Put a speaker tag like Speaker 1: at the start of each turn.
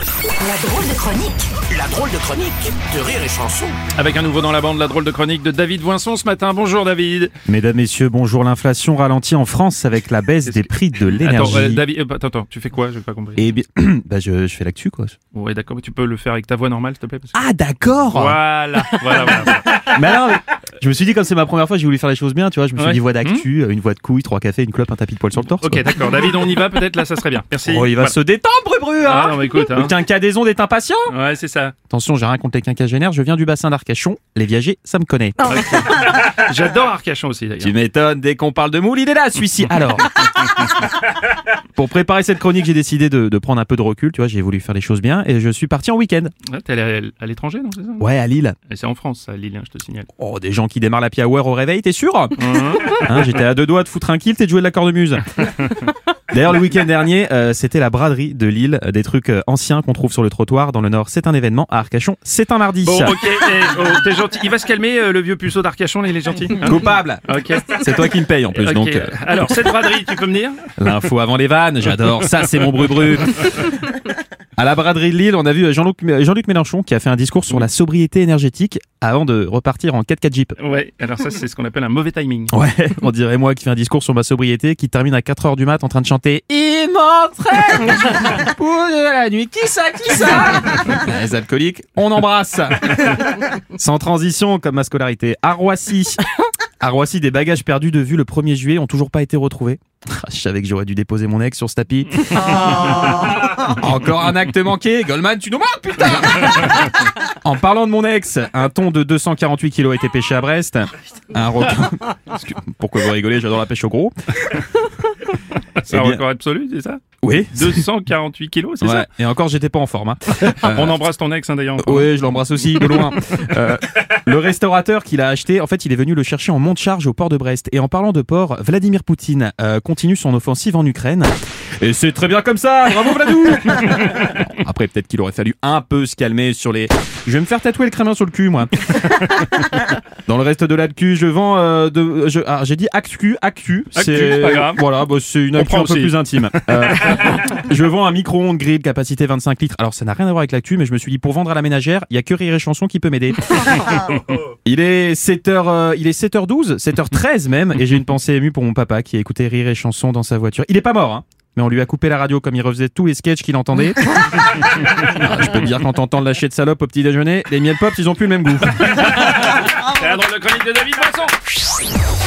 Speaker 1: La drôle de chronique.
Speaker 2: La drôle de chronique de Rire et Chanson.
Speaker 3: Avec un nouveau dans la bande, la drôle de chronique de David Voinson ce matin. Bonjour David.
Speaker 4: Mesdames, Messieurs, bonjour. L'inflation ralentit en France avec la baisse des prix de
Speaker 3: Attends,
Speaker 4: l'énergie.
Speaker 3: euh, David, euh, attends, attends, tu fais quoi J'ai pas compris.
Speaker 4: Eh bien, bah je, je fais l'actu, quoi.
Speaker 3: Ouais, d'accord, mais tu peux le faire avec ta voix normale, s'il te plaît. parce que-
Speaker 4: Ah, d'accord
Speaker 3: Voilà, voilà, voilà. voilà.
Speaker 4: Mais alors, je me suis dit, comme c'est ma première fois, j'ai voulu faire les choses bien, tu vois. Je me suis
Speaker 3: Ouais. Hum.
Speaker 4: dit, voix d'actu, euh, une voix de couille, trois cafés, une clope, un tapis de poil sur le torse.
Speaker 3: Ok,
Speaker 4: quoi.
Speaker 3: d'accord. David, on y va peut-être là, ça serait bien. Merci.
Speaker 4: Oh, il va
Speaker 3: Voilà.
Speaker 4: se détendre, Bru Bru,
Speaker 3: Ah
Speaker 4: hein
Speaker 3: non, mais écoute, hein.
Speaker 4: Le quinquadaison d'être impatient
Speaker 3: Ouais, c'est ça.
Speaker 4: Attention, j'ai rien contre les quinquagénaires, je viens du bassin d'Arcachon, les viagers, ça me connaît.
Speaker 3: J'adore Arcachon aussi d'ailleurs.
Speaker 4: Tu m'étonnes, dès qu'on parle de moule, il est là, celui-ci. Alors, pour préparer cette chronique, j'ai décidé de, de prendre un peu de recul, tu vois, j'ai voulu faire les choses bien, et je suis parti en week-end.
Speaker 3: Ouais, T'es allé à l'étranger, non, c'est ça
Speaker 4: Ouais, à Lille.
Speaker 3: Et C'est en France, ça, Lille, hein, je te signale.
Speaker 4: Oh, des gens qui démarrent la hour au réveil, t'es sûr
Speaker 3: Mhm.
Speaker 4: Hein, J'étais à deux doigts de foutre un kilt et de jouer de la cornemuse. D'ailleurs, le week-end dernier, euh, c'était la braderie de Lille, euh, des trucs euh, anciens qu'on trouve sur le trottoir. Dans le Nord, c'est un événement. À Arcachon, c'est un mardi.
Speaker 3: Bon, ok, eh, oh, t'es gentil. Il va se calmer, euh, le vieux puceau d'Arcachon, là, il est gentil. hein
Speaker 4: Coupable
Speaker 3: ok.
Speaker 4: C'est toi qui me paye en plus,
Speaker 3: Ok.
Speaker 4: donc euh,
Speaker 3: Alors, cette braderie, tu peux me dire
Speaker 4: l'info avant les vannes, j'adore, ça c'est mon bru-bru À la braderie de Lille, on a vu euh, Jean-Luc Jean-Luc Mélenchon qui a fait un discours sur la sobriété énergétique avant de repartir en 4x4 Jeep.
Speaker 3: Ouais, alors ça, c'est ce qu'on appelle un mauvais timing.
Speaker 4: Ouais, on dirait moi qui fais un discours sur ma sobriété, qui termine à 4h du mat en train de chanter Il m'entraîne pour de la nuit. Qui ça, qui ça Les alcooliques, on embrasse. Sans transition, comme ma scolarité. À Roissy. À Roissy, des bagages perdus de vue le 1er juillet ont toujours pas été retrouvés. Ah, Je savais que j'aurais dû déposer mon ex sur ce tapis. Oh. Encore un acte manqué. Goldman, tu nous manques, putain En parlant de mon ex, un thon de 248 kilos a été pêché à Brest. Un requin. Parce que- Pourquoi vous rigolez J'adore la pêche au gros.
Speaker 3: C'est un
Speaker 4: Eh bien-
Speaker 3: record absolu, c'est ça
Speaker 4: Oui.
Speaker 3: 248 kilos, c'est
Speaker 4: Ouais.
Speaker 3: ça
Speaker 4: Et encore, j'étais pas en forme. hein.
Speaker 3: On embrasse ton ex, hein, d'ailleurs. encore.
Speaker 4: Oui, je l'embrasse aussi de loin. Euh, le restaurateur qui l'a acheté, en fait, il est venu le chercher en monte charge au port de Brest. Et en parlant de port, Vladimir Poutine euh, continue son offensive en Ukraine. Et c'est très bien comme ça, bravo Vladou Après, peut-être qu'il aurait fallu un peu se calmer sur les. Je vais me faire tatouer le crémin sur le cul, moi. Dans le reste de la cul, je vends. euh, de, je- ah, j'ai dit actu, actu.
Speaker 3: Actu, c'est pas grave.
Speaker 4: Voilà, bah, c'est une
Speaker 3: On
Speaker 4: actu
Speaker 3: prend
Speaker 4: un peu
Speaker 3: aussi.
Speaker 4: plus intime. Euh, je vends un micro-ondes grill capacité 25 litres. Alors ça n'a rien à voir avec l'actu, mais je me suis dit pour vendre à la ménagère, il y a que Rire et Chanson qui peut m'aider. il est 7h, euh, il est 7h12, 7h13 même, et j'ai une pensée émue pour mon papa qui a écouté Rire et Chanson dans sa voiture. Il est pas mort, hein. Mais on lui a coupé la radio comme il refaisait tous les sketchs qu'il entendait. Ah, je peux te dire quand t'entends le lâcher de salope au petit déjeuner, les miel pops ils ont plus le même goût.
Speaker 3: C'est la drôle de chronique de David Boisson.